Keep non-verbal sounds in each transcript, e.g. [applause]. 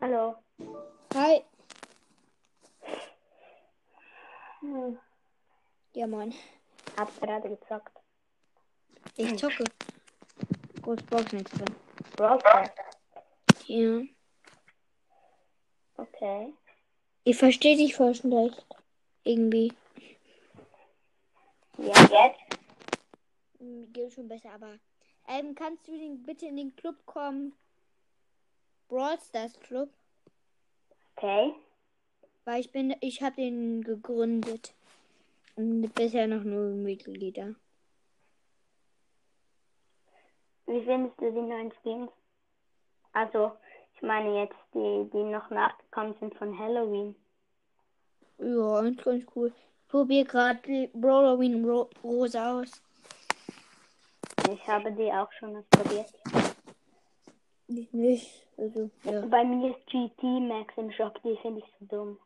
Hallo. Hi. Hm. Ja, moin. Hab gerade gezockt. Ich zocke. Groß Box nichts drin. Brawl Stars. Ja. Okay. Ich verstehe dich voll schlecht. Irgendwie. Ja, jetzt? Hm, Geht schon besser, aber. Ähm, kannst du den, bitte in den Club kommen? Brawl Stars Club. Okay. Weil ich bin, ich habe den gegründet. Und bisher noch nur Mitglieder. Wie findest du die neuen Skins? Also, ich meine jetzt die, die noch nachgekommen sind von Halloween. Ja, ist ganz cool. Ich probiere gerade Brawloween Ro Rosa aus. Ich habe die auch schon ausprobiert. Ich nicht. Also, ja. Bei mir ist GT Max im Shop, die finde ich so dumm.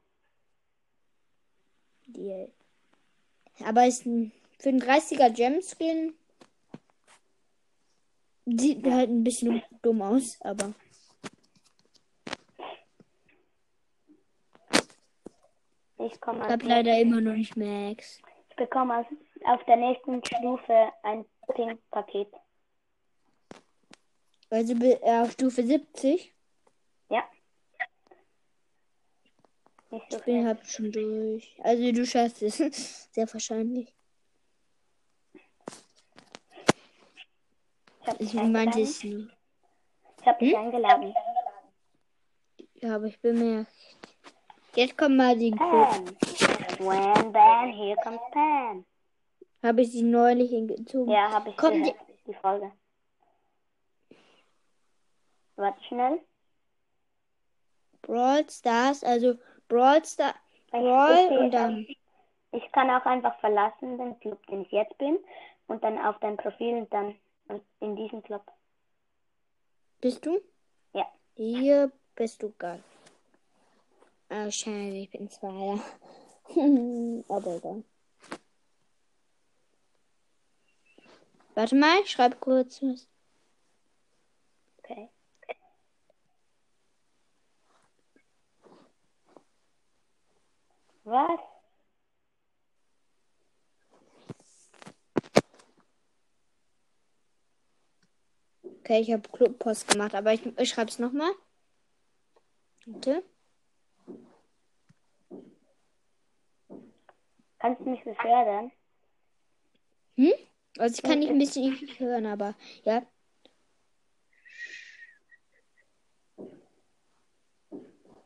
Die, halt. aber ist ein, für einen 30er Gem-Skin sieht halt ein bisschen dumm aus, aber. Ich komme Ich habe aus- leider immer noch nicht Max. ich bekomme aus, auf der nächsten Stufe ein Pink-Paket. Also bi- äh, auf Stufe 70. Ja. Nicht so Ich bin viel. halt schon durch. Also du schaffst es. [laughs] Sehr wahrscheinlich. Ich habe halt- Ich dich meinte eingeladen. es Hm? nur. Ich habe dich eingeladen. Ja, aber ich bemerkt. Jetzt kommen mal die Club. Pam. When Ben, here comes Pam. Habe ich sie neulich hingezogen. Ja, habe ich Komm, gehört, die Folge. Warte schnell. Brawl Stars, also Brawl Stars, Ich- ich Brawl sehe- und dann Ich kann auch einfach verlassen den Club, den ich jetzt bin, und dann auf dein Profil und dann und in diesen Club. bist du? Ja. Hier bist du gar. Ah, scheiße, ich bin Zweier. [laughs] Aber egal. Warte mal, ich schreib kurz was. Okay. Was? Okay, ich habe Clubpost gemacht, aber ich, ich schreib's nochmal. Warte. Kannst du mich befördern? Hm? Also ich kann dich ein bisschen nicht hören, aber ja.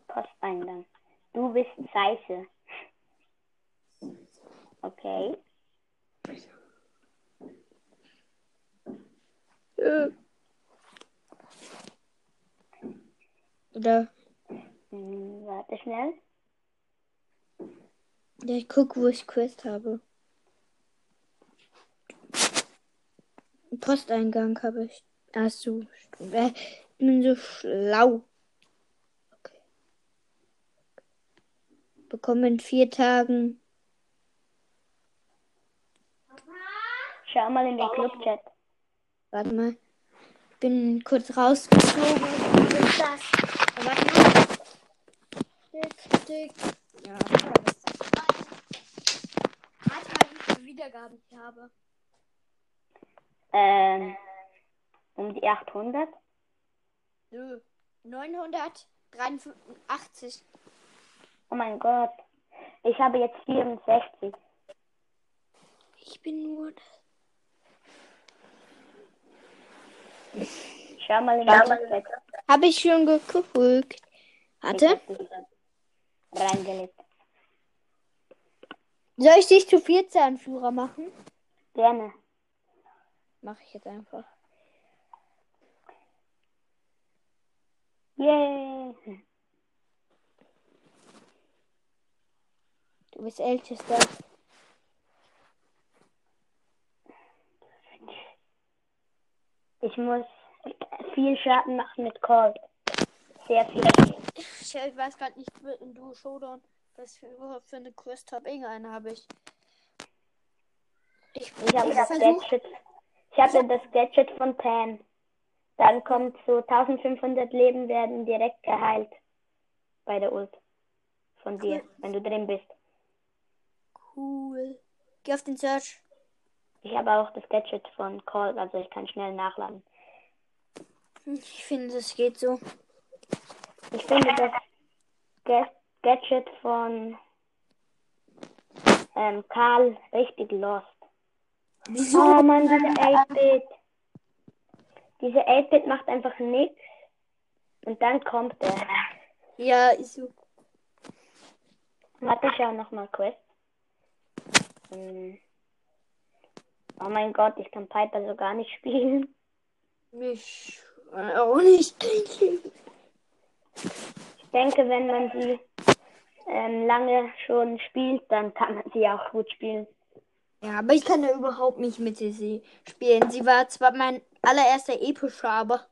Posteingang. Du bist scheiße. Okay. Äh. Oder Hm, warte schnell. Ja, ich guck, wo ich Quest habe. Posteingang habe ich. Ah, Ach so, stimmt. Äh, Ich bin so schlau. Okay. Bekomme in vier Tagen. Schau mal in den Clubchat. Warte mal. Ich bin kurz rausgezogen. Was ist das? Oh, warte mal. Tick, tick. Ja, aber das ist das. Warte mal, wie viele Wiedergaben ich habe. Ähm, um die 800. Nö. 983. Oh mein Gott. Ich habe jetzt 64. Ich bin nur. Schau mal in den Clubchat. Habe ich schon geguckt. Hatte? Ich hab dich Reingelegt. Soll ich dich zu 14 Führer machen? Gerne. Mache ich jetzt einfach. Yay. Du bist Ältester. Ich muss viel Schaden machen mit Cold. Sehr viel Schaden. Ich weiß gerade nicht, in Duo Showdown, was für, überhaupt für eine Quest habe. Irgendeine habe ich. Ich, Ich habe das versuche. Gadget. Ich habe das Gadget von Pam. Dann kommt so 1500 Leben werden direkt geheilt. bei der Ult. Von dir, wenn du drin bist. Cool. Geh auf den Search. Ich habe auch das Gadget von Call, also ich kann schnell nachladen. Ich finde, es geht so. Ich finde das Ga- Gadget von ähm, Karl richtig lost. Wieso? Oh man, diese 8-Bit. Diese 8-Bit macht einfach nichts. Und dann kommt er. Ja, ist so. Warte, ich schau nochmal Quest. Hm. Oh mein Gott, ich kann Piper so gar nicht [laughs] spielen. Mich äh, auch nicht. Ich denke, wenn man sie ähm, lange schon spielt, dann kann man sie auch gut spielen. ja, aber ich kann ja überhaupt nicht mit sie spielen. Sie war zwar mein allererster epischer, aber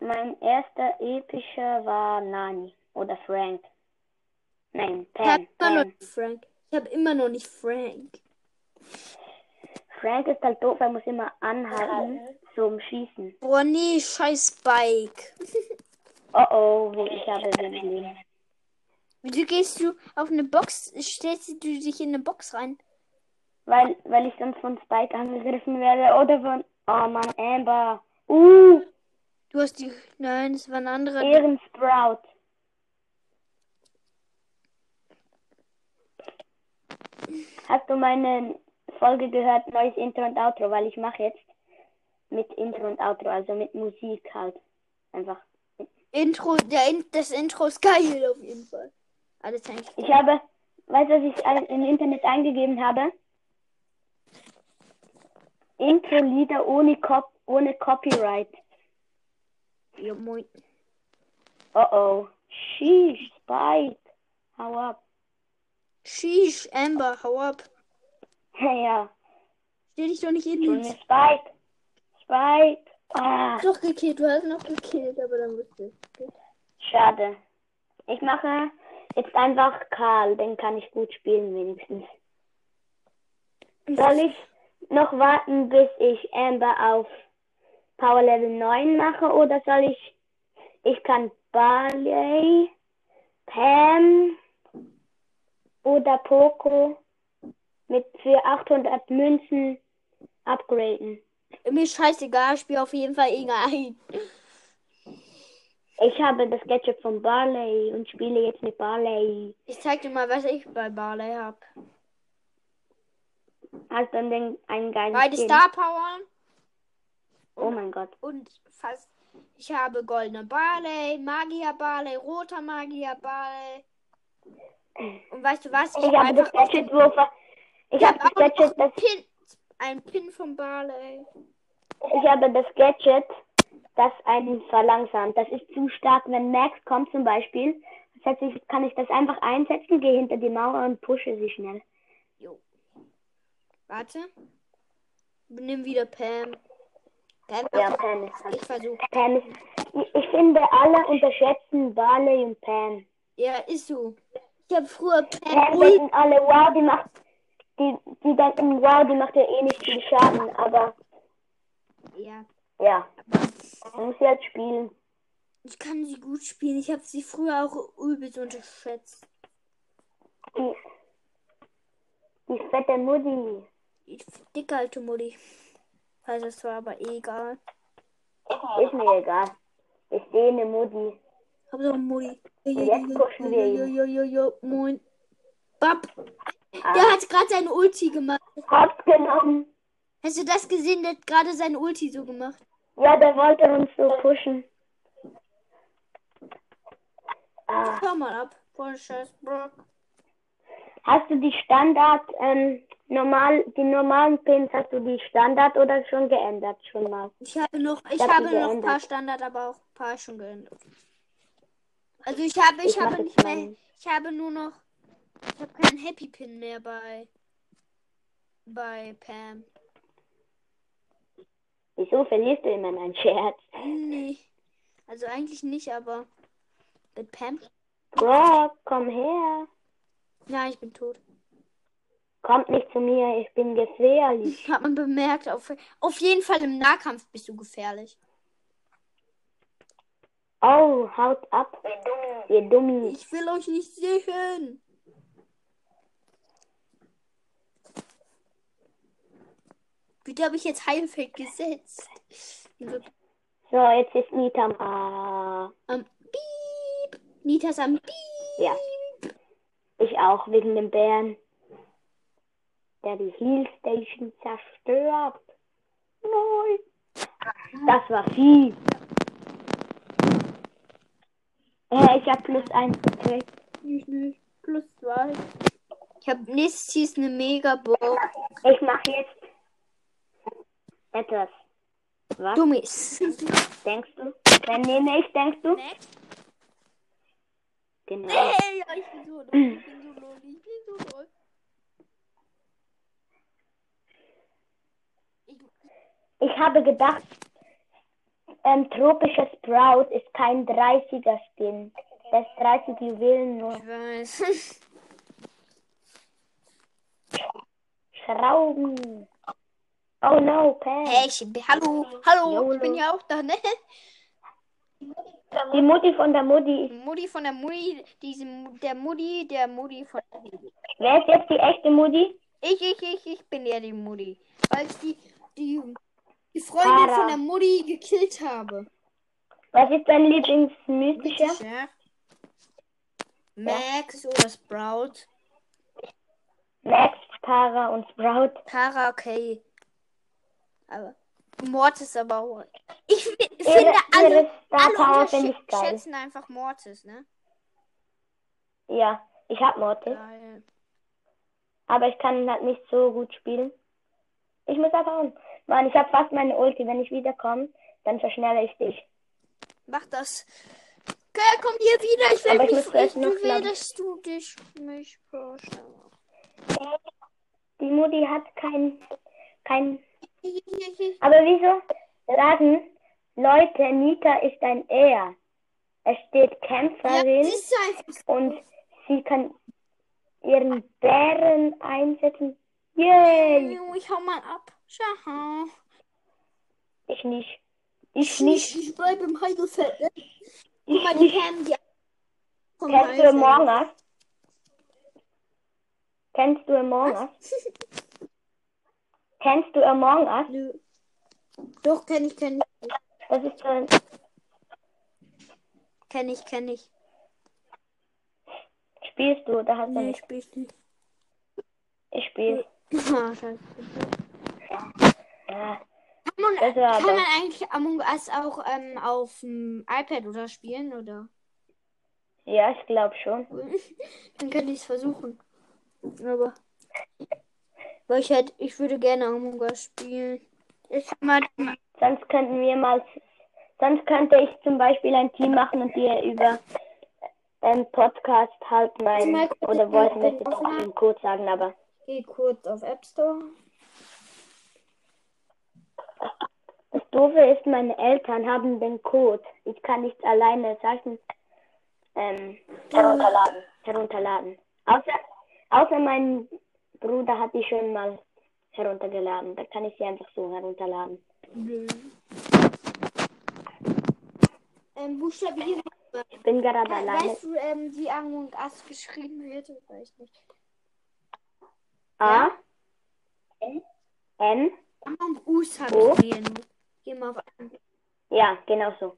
Mein erster epischer war Nani oder Frank. Nein, ich habe Pam. immer noch Pam. nicht Frank. Ich habe immer noch nicht Frank. Frank ist halt doof, er muss immer anhalten zum Schießen. Boah, nee, scheiß Bike. Oh oh, wo ich habe Windel. Wieso gehst du auf eine Box, stellst du dich in eine Box rein? Weil, weil ich sonst von Spike angegriffen werde oder von. Oh Mann, Amber. Uh, Du hast die. Nein, das war ein anderer. Ehrensprout. Hast du meine Folge gehört, neues Intro und Outro? Weil ich mache jetzt mit Intro und Outro, also mit Musik halt. Einfach. Intro, der, In- das Intro ist geil auf jeden Fall. Alles eigentlich. Ich habe, weißt du, was ich ein- im Internet eingegeben habe? Intro-Lieder ohne, Cop ohne Copyright. Ja, moin. Oh oh. Sheesh, Spike. Hau [laughs] ab. Sheesh, Amber, hau ab. ja, Stell dich doch nicht in Junge, den. Spike. Spike. Ah, Noch gekillt, du hast noch gekillt, aber dann bist du. schade. Ich mache jetzt einfach Karl, den kann ich gut spielen wenigstens. Soll ich noch warten, bis ich Amber auf Power Level 9 mache oder soll ich. Ich kann Barley, Pam oder Poco mit für 800 Münzen upgraden. Mir scheißegal, spiel auf jeden Fall irgendein. Ich habe das Gadget von Barley und spiele jetzt mit Barley. Ich zeig dir mal, was ich bei Barley hab. Hast dann den, einen geilen Beide Skin? Star Power Oh mein Gott. und fast. Ich habe goldene Barley, Magier Barley, roter Magier Barley. Und weißt du was? Ich habe das auf Gadget, wo ver- ich Ich habe das hab auch noch Gadget, das einen Pin, ein Pin von Barley. Ich habe das Gadget, das einen verlangsamt. Das ist zu stark. Wenn Max kommt zum Beispiel, setze ich, kann ich das einfach einsetzen, gehe hinter die Mauer und pushe sie schnell. Jo. Warte. Nimm wieder Pam. Pam, Ja, okay. Pam ist halt. ich versuche. Pam ist, ich, ich finde, alle unterschätzen Barley und Pam. Ja, ist so. Ich habe früher Pam Pam Ult. denken alle, wow, die macht, die, die denken, wow, die macht ja eh nicht viel Schaden. Aber Ja. ja, man muss sie halt spielen. Ich kann sie gut spielen. Ich habe sie früher auch übelst unterschätzt. Die, die fette Mutti. Die dicke alte Mutti. Falls das war, aber egal. Ist mir egal. Ich sehe eine Mutti. Hauptsache Mutti. Jetzt pushen wir ihn. jo, jo, jo, jo, moin. Bab. Ah. Der hat gerade seine Ulti gemacht. Hops genommen. Hast du das gesehen? Der hat gerade seine Ulti so gemacht. Ja, der wollte uns so pushen. Ah. Hör mal ab. Voll Scheiß, Bro. Hast du die Standard, ähm, normal, die normalen Pins, hast du die Standard oder schon geändert? Schon mal. Ich habe noch, ich hab habe die noch ein geändert. paar Standard, aber auch ein paar schon geändert. Also ich habe, ich, Ich mach habe jetzt nicht mehr, meinen. ich habe nur noch, ich habe keinen Happy Pin mehr bei, bei Pam. Wieso verlierst du immer meinen Scherz? Nee. Also eigentlich nicht, aber mit Pam? Brock, komm her. Ja, ich bin tot. Kommt nicht zu mir, ich bin gefährlich. Hat man bemerkt, auf, auf jeden Fall im Nahkampf bist du gefährlich. Oh, haut ab, ihr Dummi. Ich will euch nicht sehen. Bitte habe ich jetzt Heilfeld gesetzt. Also, So, jetzt ist Nita mal. Am ähm, Piep. Nitas am Piep. Ja. Ich auch wegen dem Bären, der die Hill Station zerstört. Nein. Das war viel. Äh, ich hab plus eins gekriegt. Ich nicht. Plus zwei. Ich habe Nistis eine Megabox. Ich mache jetzt etwas. Was Dummies. denkst du? Wenn nehme ich, denkst du? Genau. Hey, Hm. ja, ich bin so lol. Ich bin so lol. Ich bin so lol. Ich habe gedacht, ähm, tropisches Sprout ist kein 30er Skin. Das ist 30 Juwelen nur. Ich [laughs] weiß. Schrauben. Oh no, Pam. Hey, ich bin, hallo, hallo, Jolo. ich bin ja auch da, ne? Die Mutti von der Mutti. ist- Mutti von der Mutti, diese, Mu- der Mutti, der Mutti von der Mutti. Wer ist jetzt die echte Mutti? Ich, ich, ich, ich bin ja die Mutti. Weil ich die, die, die Freundin Sarah. von der Mutti gekillt habe. Was ist dein Lieblingsmystischer? Ja. Max oder Sprout. Max, Para und Sprout. Tara, okay. Aber Mortis aber auch. Ich fi- finde Ihre, ihre alle, Star alle Power finde ich untersche- geil. schätzen einfach Mortis, ne? Ja, ich hab Mortis, Geil. aber ich kann ihn halt nicht so gut spielen. Ich muss abhauen. Mann, ich hab fast meine Ulti. Wenn ich wiederkomme, dann verschnelle ich dich. Mach das. Geil, komm hier wieder. Ich will Aber ich mich muss gleich ich, noch du laden. will, dass du dich mich vorstellen. Die Mutti hat kein, kein. Hi, hi, hi. Aber wieso sagen Leute, Nita ist ein Er? Es steht Ja, Kämpferin das ist einfach so. und sie kann ihren Bären einsetzen. Yay! Junge, Ich hau mal ab. Schau. Ich nicht. Ich nicht. Ich bleib im Heidelfeld. ne? Guck mal, Ich die nicht. kennen die. Vom Kennst du Heilfeld. Among Us? Kennst du Among Us? Kennst du Among Us? Nö. Doch, kenn ich, kenn ich. Das ist so ein. Kenn ich, kenn ich. Spielst du oder hast du Nee, nicht? ich spiel's nicht. [laughs] Ich spiel. Ah, scheiße. Ja. Kann man, Das war kann man aber- eigentlich Among Us auch ähm, auf dem iPad oder spielen, oder? ja, ich glaube schon. Dann könnte ich es versuchen. Aber. Weil ich hätte, ich würde gerne Among Us spielen. Ich hab mal. Sonst könnten wir mal. Sonst könnte ich zum Beispiel ein Team machen und dir über einen Podcast halt mein. Mike, Oder ich wollten bin wir es jetzt offline. auch im Code sagen, aber. Geh kurz auf App Store. Das Doofe ist, meine Eltern haben den Code. Ich kann nicht alleine Sachen ähm, herunterladen. herunterladen. Außer, außer mein Bruder hat die schon mal heruntergeladen. Da kann ich sie einfach so herunterladen. Ähm, buchstabieren. Ich bin gerade alleine. Ah, Weißt du, ähm, wie Among Us geschrieben wird? Ich weiß nicht. A. N. Among Us habe Wo? ich gesehen. Geh mal auf Ja, genau so.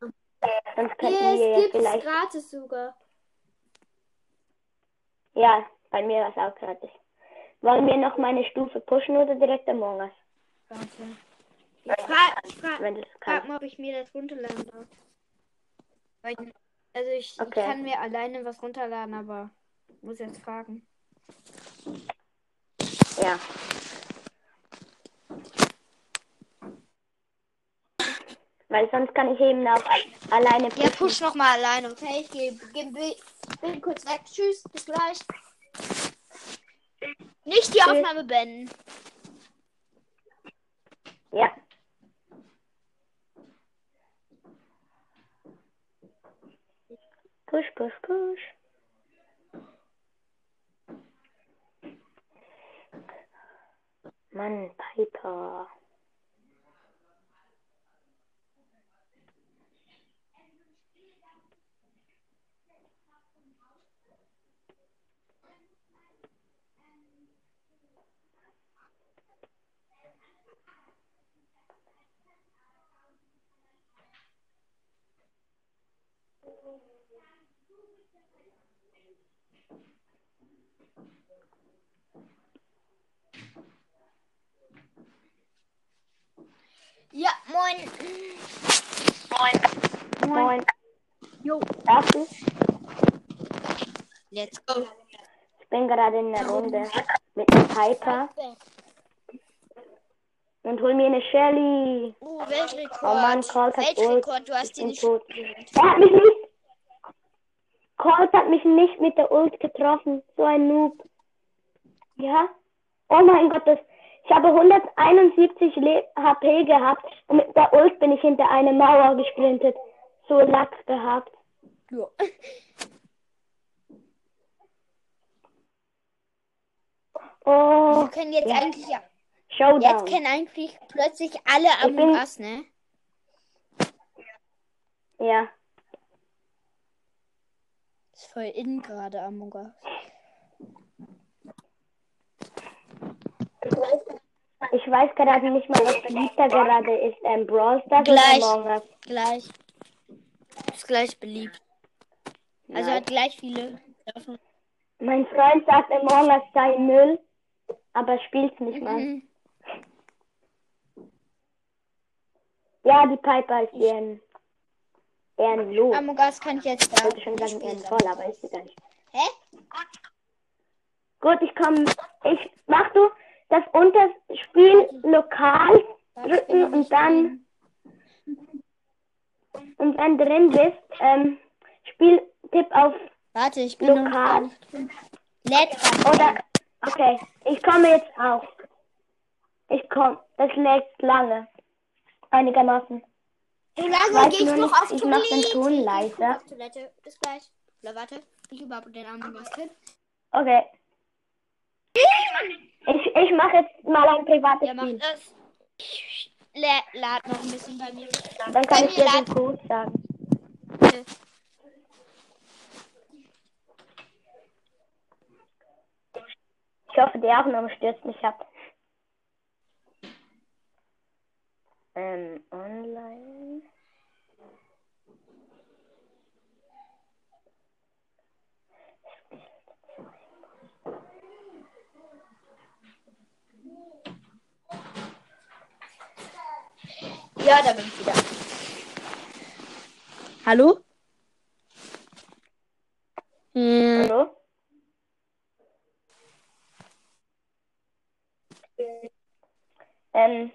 Sonst könnten Yes, wir ja gibt's vielleicht. gratis sogar. Ja, bei mir war es auch gratis. Wollen wir noch meine Stufe pushen oder direkt am Morgen? Warte. Ich frage ich frag, Wenn du es kannst. frag mal, ob ich mir das runterladen darf. Weil ich, also ich, ich Okay. kann mir alleine was runterladen, aber muss jetzt fragen. Ja. Weil sonst kann ich eben auch alleine Ja, pushen. push nochmal alleine, okay? Ich geh, geh, bin, bin kurz weg. Tschüss, bis gleich. Nicht die Aufnahme beenden. Ja. Push, push, push. Mann, Piper. Ja, moin. Moin. Jo. Darf ich? Let's go. Ich bin gerade in der Runde mit einem Piper und hol mir eine Shelly. Oh, Weltrekord. Oh Mann, Colt hat Ult. Weltrekord, du Ich hast ihn bin nicht. tot. Er hat mich nicht. Colt hat mich nicht mit der Ult getroffen. So ein Noob. Ja? Oh mein Gott, das. Ich habe 171 Le HP gehabt und mit der Ult bin ich hinter eine Mauer gesprintet. So Lack gehabt. Ja. Oh, Wir können jetzt Ja. eigentlich. Ja. Jetzt Oh, Showdown. kennen eigentlich plötzlich alle Among bin- Us, ne? ja. Ist voll in gerade Among Us. Ich weiß gerade halt nicht mal, was beliebter gerade ist. Ähm, Brawl Stars Gleich. oder Among Us? Gleich. Ist gleich beliebt. Also Nein. hat gleich viele. Mein Freund sagt, Among Us sei Müll, aber spielt's nicht mal. Mhm. Ja, die Piper ist ihren, ehrenlos. Among Us kann ich jetzt Ich da wollte schon sagen, spielen. ehrenvoll, aber ist sie gar nicht. Hä? Gut, ich komme. Ich mach du das Unterspiel lokal drücken und dann und wenn drin bist, ähm, Spiel Tipp auf Warte, ich bin noch lokal. Genau. Let's Oder okay, ich komme jetzt auch. Ich komme. Das lädt lange. Einigermaßen. So lange Weiß gehe ich nur noch nicht, auf ich Toilette. mach den Ton leiser. Auf Toilette. Bis gleich. Oder warte, ich überhaupt den Among Us Tipp. Okay. Ich, ich mache jetzt mal ein privates Der macht Spiel. das. Le- Lad noch ein bisschen bei mir. Äh, Dann kann Bei ich mir dir den lad- Code sagen. Ich hoffe, die Aufnahme stürzt nicht ab. Ähm, online. Ja, da bin ich wieder. Hallo? Hm, Hallo? Ähm,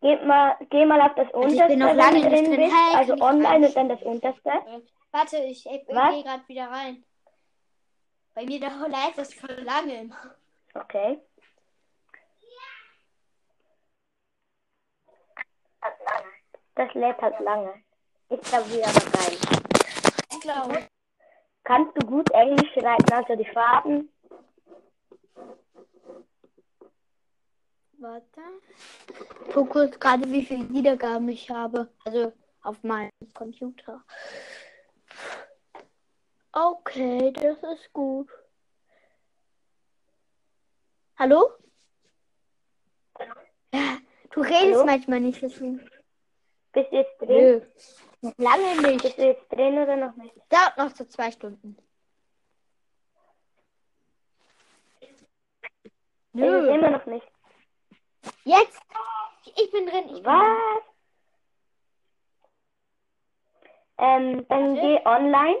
geh mal, geh mal auf das Also ich unterste, bin noch wenn lange du nicht drin drin. bist, Hey, also kann ich rein? online und dann das unterste. warte, ich, ich Was? gehe gerade wieder rein. Bei mir der Leid ist voll lange immer. Okay. Das lädt halt lange. Ich probiere aber rein. Ich glaube. Kannst du gut Englisch schreiben, also die Farben? Warte. Fokus gerade, wie viel Wiedergaben ich habe. Also auf meinem Computer. Okay, das ist gut. Hallo? Ja, du redest Hallo? manchmal nicht, deswegen. Bist du jetzt drin? Nö. Noch lange nicht. Bist du jetzt drin oder noch nicht? Dauert noch so zwei Stunden. Ist es Nö. immer noch nicht. Jetzt. Ich bin drin. Ich bin drin. Was? Ähm, dann Warte. geh online.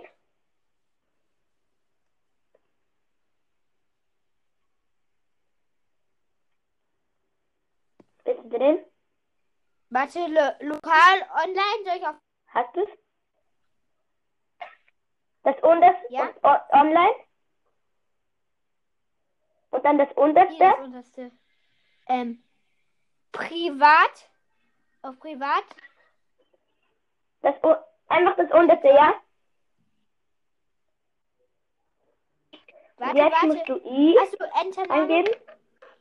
Bist du drin? Warte, lo lokal, online, soll ich auf. Hast du's? Das unterste Ja. und o- online. Und dann das Hier unterste. das unterste. Ähm. Privat. Auf privat. Das, u- einfach das unterste, ja? Warte, Jetzt musst warte. Also du i Hast du Enter? eingeben.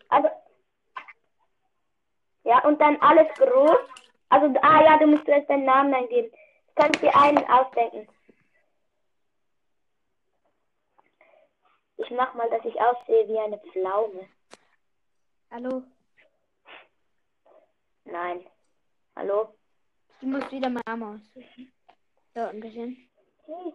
Also. Ja, und dann alles groß. Also, ah ja, du musst erst deinen Namen eingeben. Du kannst dir einen ausdenken. Ich mach mal, dass ich aussehe wie eine Pflaume. Hallo. Nein. Hallo? Ich muss wieder meinen Namen aussuchen. So, ein bisschen. Hey,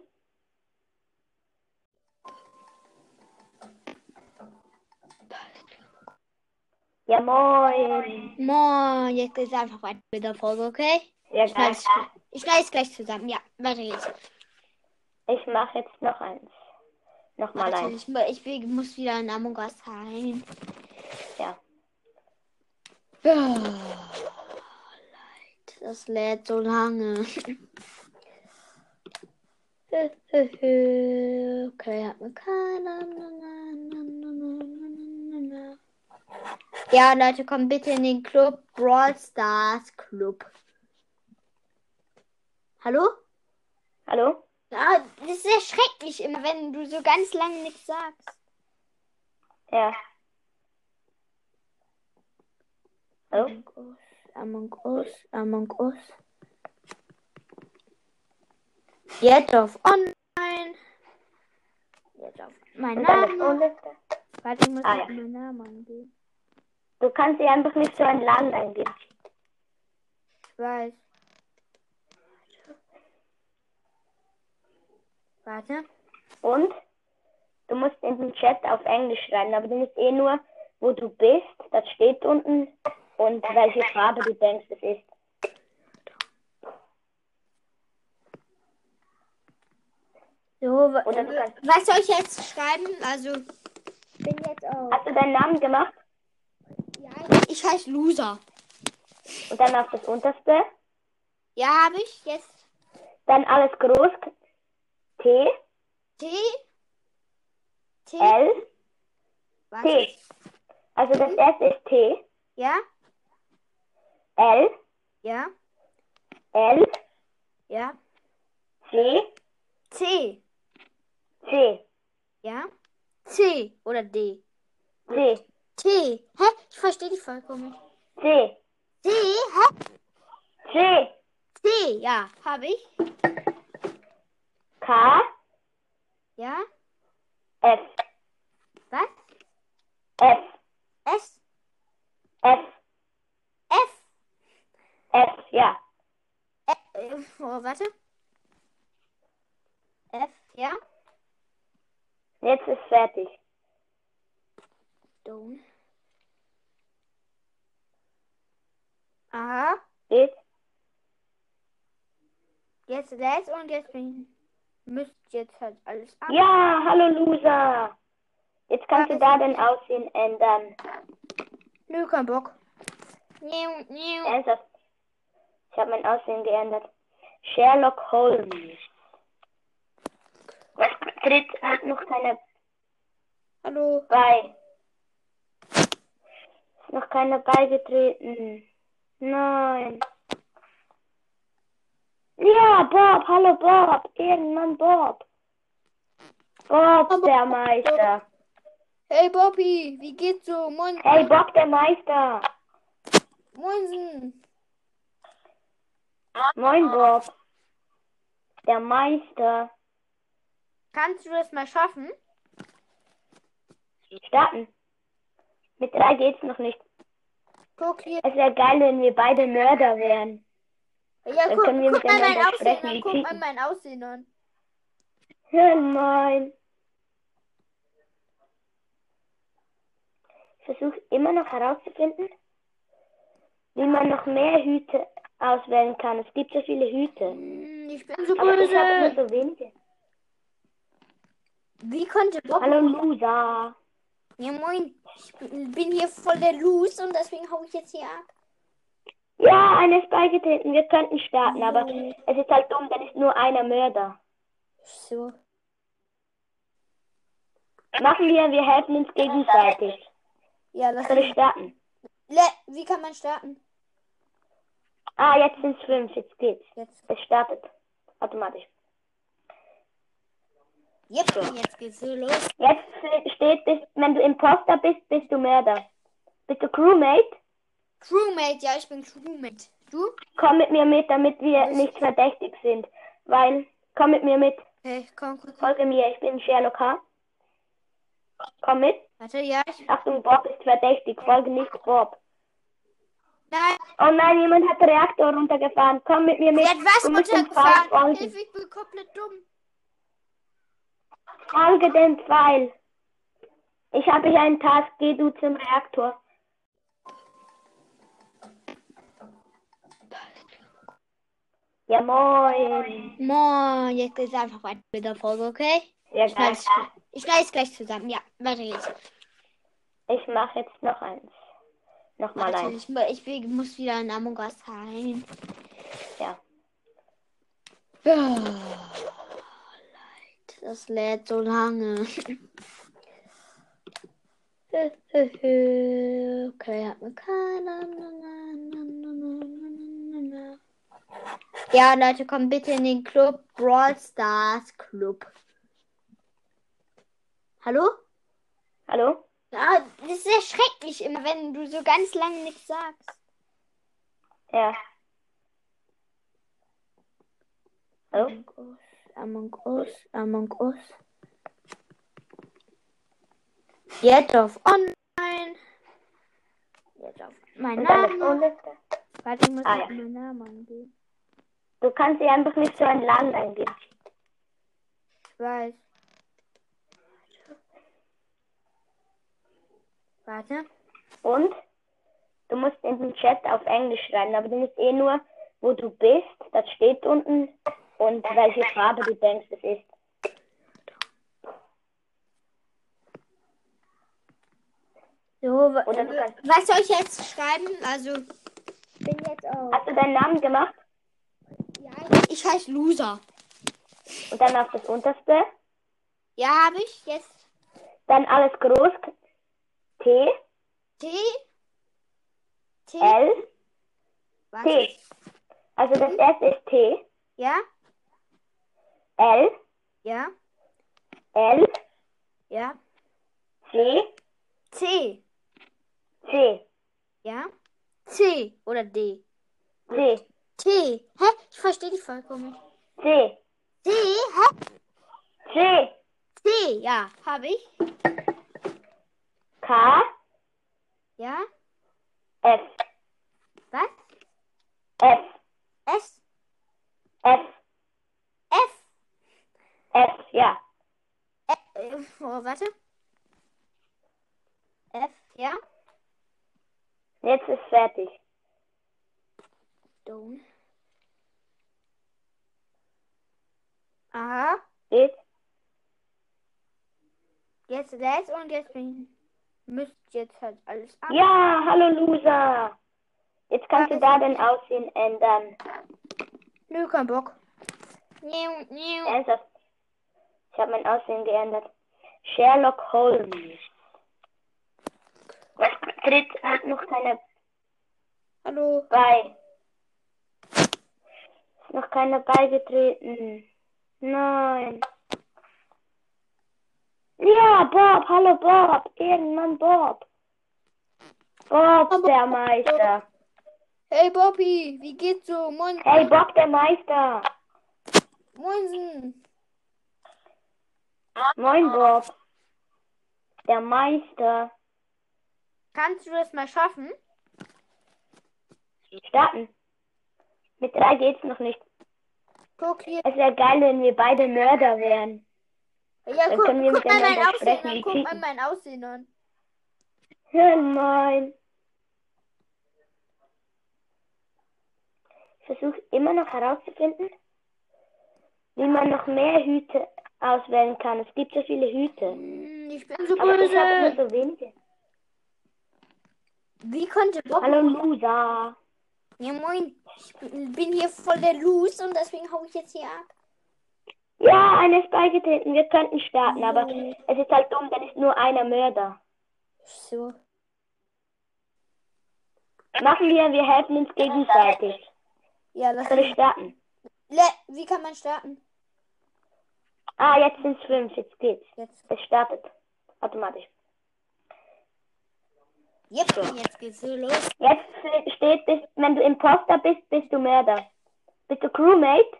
Ja, moin. Moin, jetzt ist einfach weiter mit der Folge, okay? Ja, Ich schneide es- ich schneide es gleich zusammen. Ja, warte jetzt. Ich mache jetzt noch eins. Nochmal Warte, eins. Also ich, mu- ich will- muss wieder in Among Us rein. Ja. Ja, Leute, das lädt so lange. [laughs] okay, hat man keine. Ja, Leute, kommt bitte in den Club Brawl Stars Club. Hallo? Hallo? Ja, das ist erschrecklich immer, wenn du so ganz lange nichts sagst. Ja. Hallo? Among Us, Among Us. Jetzt auf online. Jetzt auf mein Und dann das Name. Unliste. Warte, ich muss Ah, ah, ja. meinen Namen angeben. Du kannst dir einfach nicht so einen Laden eingeben. Ich weiß. Warte. Und du musst in den Chat auf Englisch schreiben, aber du musst eh nur, wo du bist, das steht unten, und welche Farbe du denkst, es ist. So, wa- äh, Oder du kannst- was soll ich jetzt schreiben? Also, ich bin jetzt auf. Hast du deinen Namen gemacht Ja, ich heiße Loser. und dann auf das unterste, Ja, habe ich jetzt dann alles groß, T, T. T. L, Warte. Äh, T. Also das erste ist T, Ja, L, ja, L, ja. C, C. C, Ja? C oder D? C, T. Hä? Ich verstehe dich vollkommen. C, D? Hä? C, C, ja. Habe ich? K, Ja? F, Was? F, S? F, F? F, ja. F äh, oh, warte. F, ja? Jetzt ist fertig. Don. Aha. Geht? Jetzt das und jetzt bin ich. Müsst jetzt halt alles ab. Ja, hallo Loser. Jetzt kannst du da dein Aussehen ändern. Nö, kein Bock. Niu, niu. Ernsthaft. Ich habe mein Aussehen geändert. Sherlock Holmes. Was tritt hat noch keiner Hallo. bei? Ist noch keiner beigetreten. Nein. Ja, Bob, hallo Bob. Irgendwann Bob. Bob, der Meister. Hey Bobby, wie geht's so? Moin. Hey, Bob, der Meister. Moinsen. Moin Bob. Der Meister. Kannst du das mal schaffen? Starten. Mit drei geht's noch nicht. Guck hier. Es wäre geil, wenn wir beide Mörder wären. Ja, Dann guck, können wir guck mal mein miteinander Aussehen sprechen, an. wie Guck mal Küken. mein Aussehen an. Ja, nein. Ich versuche immer noch herauszufinden, wie man noch mehr Hüte auswählen kann. Es gibt so viele Hüte. Hm, Ich bin so Aber ich habe böse. nur so wenige. Wie konnte Bob... Hallo Loser. Ja, moin. Ich bin bin hier voll der Loose und deswegen hau ich jetzt hier ab. Ja, einer ist beigetreten. Wir könnten starten, aber es ist halt dumm, dann ist nur einer Mörder. So. Machen wir, wir helfen uns gegenseitig. Ja, lass Soll ich mich... starten? Le wie kann man starten? Ah, jetzt sind es fünf, jetzt geht's. Jetzt. Es startet automatisch. Yep, jetzt geht's so los. Jetzt steht, bist, wenn du Imposter bist, bist du Mörder. Bist du Crewmate? Crewmate, ja, ich bin Crewmate. Du? Komm mit mir mit, damit wir nicht verdächtig sind. Weil, komm mit mir mit, Okay, komm, komm, komm. folge mir, ich bin Sherlock H. Komm mit. Warte, ja, ich... Achtung, Bob ist verdächtig, folge nicht Bob. Nein, Oh nein, jemand hat den Reaktor runtergefahren. Komm mit mir mit. der hat was du musst dem Pfeil runtergefahren. folgen. Hilfe, ich bin komplett dumm. Folge dem Pfeil. Ich habe hier einen Task. Geh du zum Reaktor. Ja, moin. Moin, jetzt ist einfach weiter mit der Folge, okay? Ja, Ich geil. schneide es ich schneide es gleich zusammen. Ja, warte jetzt. Ich mache jetzt noch eins. Nochmal Warte, eins. ich, mu- ich will- muss wieder in Among Us rein. Ja. Oh, Leid. Das lädt so lange. [laughs] okay, hat man keine. Ja, Leute, kommt bitte in den Club Brawl Stars Club. Hallo? Hallo? Ah, das ist erschrecklich immer, wenn du so ganz lange nichts sagst. Ja. Hallo? Among Us, Among Us. Jetzt auf Online. Jetzt auf mein Und alles Name. ohne. Warte, ich muss Ah, ah, ja. meinen Namen angeben. Du kannst dir einfach nicht so einen Laden eingeben. Ich weiß. Warte. Und du musst in den Chat auf Englisch schreiben, aber du musst eh nur, wo du bist, das steht unten und welche Farbe du denkst, es ist. So, wa- äh, Oder du kannst- was soll ich jetzt schreiben? Also, ich bin jetzt auf. Hast du deinen Namen gemacht Ja, ich heiße Loser. und dann auf das unterste, Ja, habe ich jetzt dann alles groß, T, T. T. L, Warte. Äh, T. Also das erste ist T, Ja, L, ja, L, ja. C, C. C, Ja? C oder D? C, T. Hä? Ich verstehe dich vollkommen. C, D? Hä? C, C, ja. Habe ich? K, Ja? F, Was? F, S? F, F? F, ja. F äh, oh, warte. F, ja? Jetzt ist fertig. Don. Aha. Geht? Jetzt das und jetzt bin ich. Müsst jetzt halt alles ab. Ja, hallo Loser. Jetzt kannst du da dein Aussehen ändern. Nö, kein Bock. Niu, niu. Ernsthaft. Ich habe mein Aussehen geändert. Sherlock Holmes. Was tritt hat noch keiner Hallo. bei. Ist noch keiner beigetreten. Nein. Ja, Bob, hallo Bob. Irgendwann Bob. Bob, der Meister. Hey Bobby, wie geht's so? Moin. Hey, Bob, der Meister. Moinsen. Moin Bob. Der Meister. Kannst du das mal schaffen? Starten. Mit drei geht's noch nicht. Guck hier. Es wäre geil, wenn wir beide Mörder wären. Äh, Ja, Dann guck, können wir guck mal mein miteinander Aussehen sprechen, an. wie Guck mal Cheaten. mein Aussehen an. Ja, nein. Ich versuche immer noch herauszufinden, wie man noch mehr Hüte auswählen kann. Es gibt so viele Hüte. Hm, Ich bin so Aber ich habe böse. nur so wenige. Wie konnte Bob... Hallo Loser. Ja, moin. Ich bin bin hier voll der Loose und deswegen hau ich jetzt hier ab. Ja, einer ist beigetreten. Wir könnten starten, aber es ist halt dumm, dann ist nur einer Mörder. So. Machen wir, wir helfen uns gegenseitig. Ja, lass Soll ich starten? Le Wie kann man starten? Ah, jetzt sind es fünf, jetzt geht's. Jetzt. Es startet automatisch. Yep, jetzt geht's so los. Jetzt steht, bist, wenn du Imposter bist, bist du Mörder. Bist du Crewmate?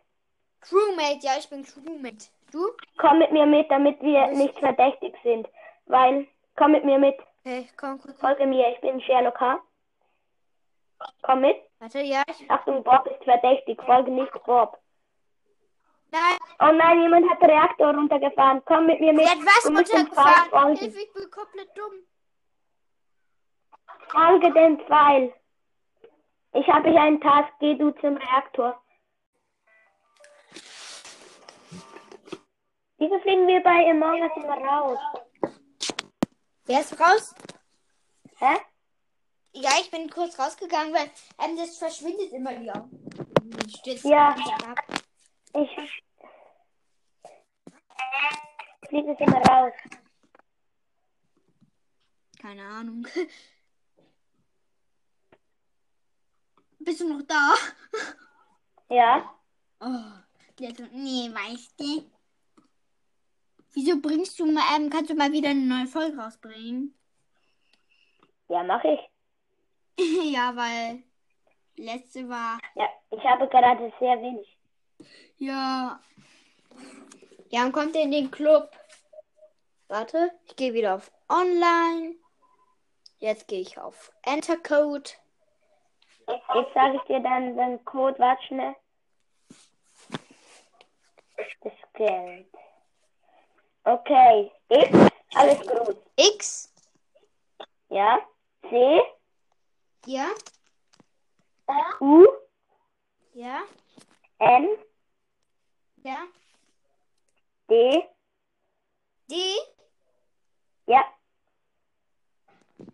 Crewmate. Ja, ich bin Crewmate. Du? Komm mit mir mit, damit wir nicht verdächtig sind. Weil, komm mit mir mit, Okay, komm, komm, komm. folge mir, ich bin Sherlock H. Komm mit. Warte, ja, ich... Achtung, Bob ist verdächtig, folge nicht Bob. Nein. Oh nein, jemand hat den Reaktor runtergefahren. Komm mit mir mit. Der hat was du musst dem Pfeil runtergefahren. folgen. Hilfe, ich bin komplett dumm. Folge dem Pfeil. Ich habe hier einen Task. Geh du zum Reaktor. Wieso fliegen wir bei Among Us immer raus? Wer ist raus? Hä? Ja, ich bin kurz rausgegangen, weil ähm, das verschwindet immer wieder. Stürzt Ja. wieder ab. Ich fliege es immer raus. Keine Ahnung. [laughs] Bist du noch da? Ja? Oh, der so, nee, weißt du. Wieso bringst du mal, ähm, kannst du mal wieder eine neue Folge rausbringen? [laughs] Ja, mache ich. ja, weil letzte war, Ja, ich habe gerade sehr wenig. ja. Ja, und kommt in den Club. Warte, ich gehe wieder auf Online. Jetzt gehe ich auf Entercode. Jetzt sage ich dir dann den Code, warte schnell. Das Geld. Okay. X, alles groß. X. Ja? C, Ja. U, Ja. N, Ja. D, D. ja,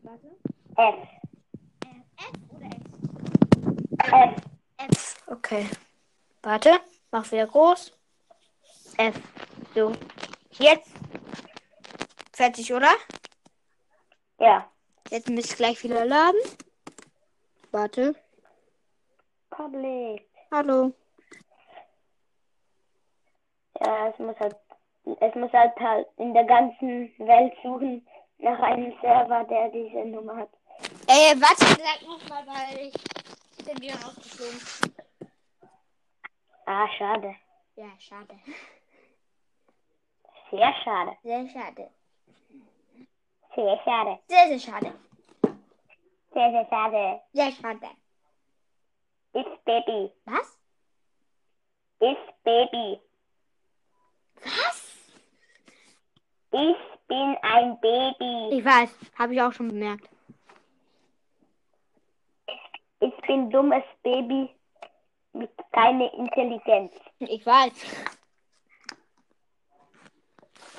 Warte. F. F oder X? F. F. Okay. Warte, mach wieder groß. F. So. Jetzt. Fertig, oder? Ja. Jetzt müsste ich gleich wieder laden. Warte. Public. Hallo. Ja, es muss halt, es muss halt halt in der ganzen Welt suchen nach einem Server, der diese Nummer hat. Äh, warte, sag nochmal, weil ich bin wieder rausgeflogen. Ah, schade. Ja, schade. Sehr schade. Sehr schade. Sehr schade. Sehr, sehr schade. Sehr, sehr schade. Sehr schade. Ist Baby. Was? Ist Baby. Was? Ich bin ein Baby. Ich weiß, habe ich auch schon bemerkt. Ich bin dummes Baby mit keine Intelligenz. Ich weiß.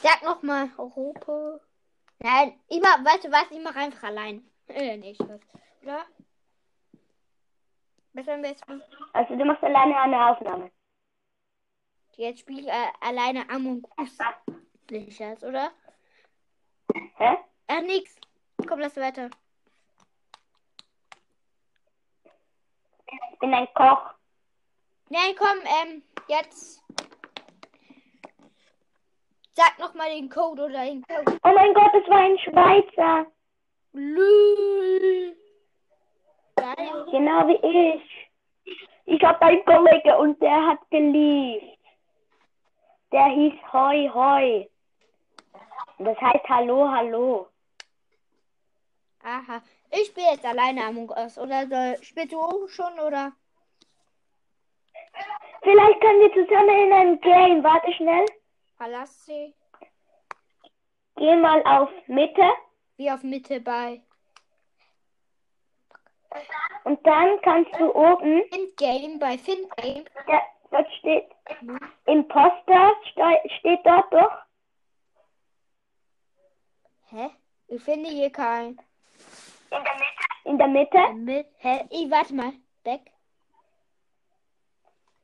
Sag nochmal Europa. Nein, ich mach, weißt du was, ich mach einfach allein. Äh, nee, ich weiß. Oder? Was wenn wir jetzt machen? Also du machst alleine eine Aufnahme. Jetzt spiele ich äh, alleine Among Us. Sicher, oder? Hä? Ach, nix. Komm, lass weiter. Ich bin ein Koch. Nein, komm, ähm, jetzt. Sag nochmal den Code oder den Code. Oh mein Gott, es war ein Schweizer. Lül. Geil. Genau wie ich. Ich habe einen Kollege und der hat geliebt. Der hieß Hoi Hoi. Das heißt Hallo, Hallo. Aha. Ich spiele jetzt alleine Among Us. Oder soll, spielst du auch schon, oder? Vielleicht können wir zusammen in ein Game. Warte schnell. Palassi? Geh mal auf Mitte Wie auf Mitte bei und dann kannst du oben, Endgame, bei Findgame. da, dort steht Imposter, steu- steht dort doch. Hä? Ich finde hier keinen. In der Mitte. Mit, hä? Ich warte mal. Back.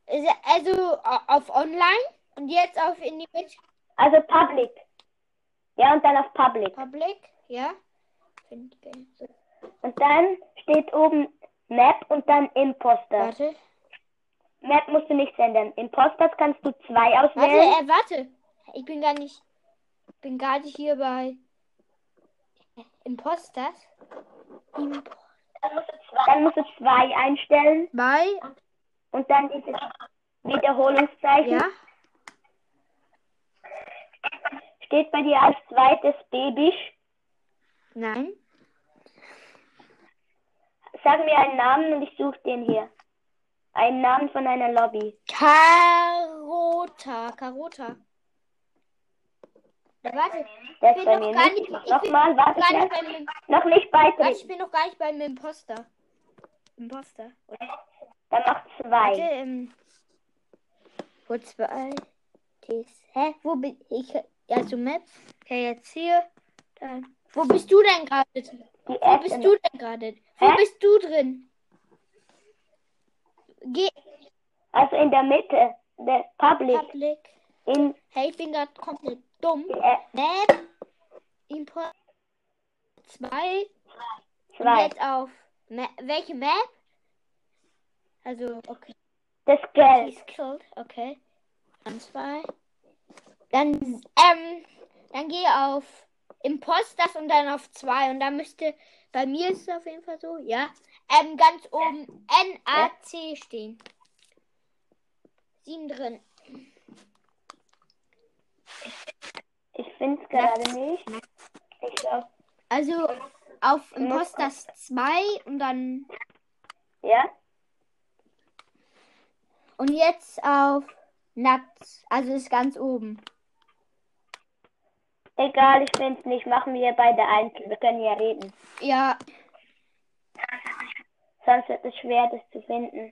Ist er- Also au- auf online und jetzt auf in die Mitte. Also Public. Ja, und dann auf Public. Public, ja? Findgame. Und dann steht oben Map und dann Imposter. Warte. Map musst du nicht ändern. Imposters kannst du zwei Warte, auswählen. äh, warte. Ich bin gar nicht. bin gar nicht hier bei äh, Imposters. äh, Dann musst du zwei einstellen Bei. und dann dieses Wiederholungszeichen. Ja. Steht bei dir als zweites Baby. Nein. Sag mir einen Namen und ich suche den hier. Einen Namen von einer Lobby. Karota. Karota. Na, warte. Der bin ist bei noch mir gar nicht. nicht- Ich mach ich bin nochmal, warte Gar schnell. nicht beim, Noch nicht warte, ich beitreten. bin noch gar nicht beim Imposter. Imposter. Dann mach Warte, zwei. ähm. Wo zwei. Abilities. Hä? Wo bin ich? Ja, zu Map. Okay, jetzt hier. Dann. Wo bist du denn gerade? Die Wo App bist in- du denn gerade? Wo Hä? bist du drin? Geh. Also in der Mitte. Der Public. Public. In Hey, ich bin gerade komplett dumm. die App Map. Import 2. 2. Jetzt auf. Ma welche Map? Also, okay. Das Die Geld. ist killed. Okay. Dann zwei. Dann, ähm, dann geh auf Imposters und dann auf zwei. Und dann müsste, bei mir ist es auf jeden Fall so, ja, ähm, ganz oben NAC stehen. Sieben drin. Ich finde es gerade nicht. Ich glaube, Also auf Imposters 2 und dann ja. und jetzt auf Nuts. Also ist ganz oben. Egal, ich finde es nicht. Machen wir beide einzeln. Wir können ja reden. Ja, Sonst wird es schwer, das zu finden.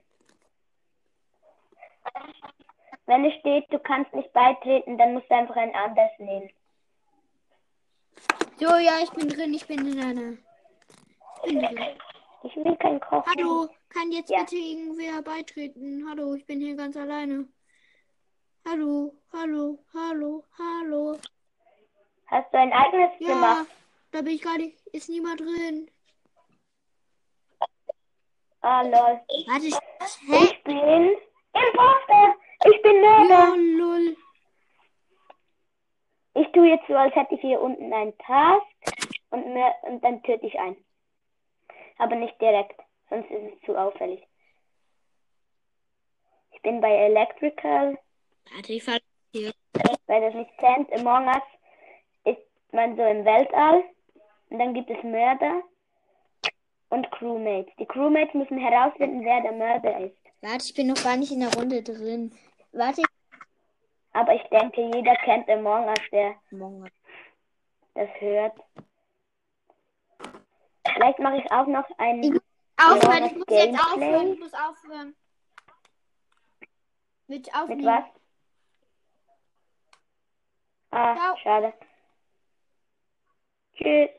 Wenn es steht, du kannst nicht beitreten, dann musst du einfach ein anderes nehmen. so ja, ich bin drin, ich bin in einer. Ich bin drin. Ich will keinen Koch. Hallo, kann jetzt Ja. bitte irgendwer beitreten? Hallo, ich bin hier ganz alleine. Hallo, hallo, hallo, hallo. Hast du ein eigenes Ja, gemacht? da bin ich gerade, ist niemand drin. Ah, lol. Warte, ich- hä? Ich bin Imposter. Ich bin Ja, Mörder. lol. Ich tue jetzt so, als hätte ich hier unten einen Task und, mir, und dann töte ich einen. Aber nicht direkt, sonst ist es zu auffällig. Ich bin bei Electrical, Warte, ich ver weil das nicht kennt. Among Us ist man so im Weltall. Und dann gibt es Mörder und Crewmates. Die Crewmates müssen herausfinden, wer der Mörder ist. Warte, ich bin noch gar nicht in der Runde drin. Warte, Aber ich denke, jeder kennt Among Us, der morgen. das hört. Vielleicht mache ich auch noch einen. Aufhören, ich muss Gameplay. jetzt aufhören, ich muss aufhören. Mit aufnehmen. Mit was? Ah, Ciao. schade. Tschüss.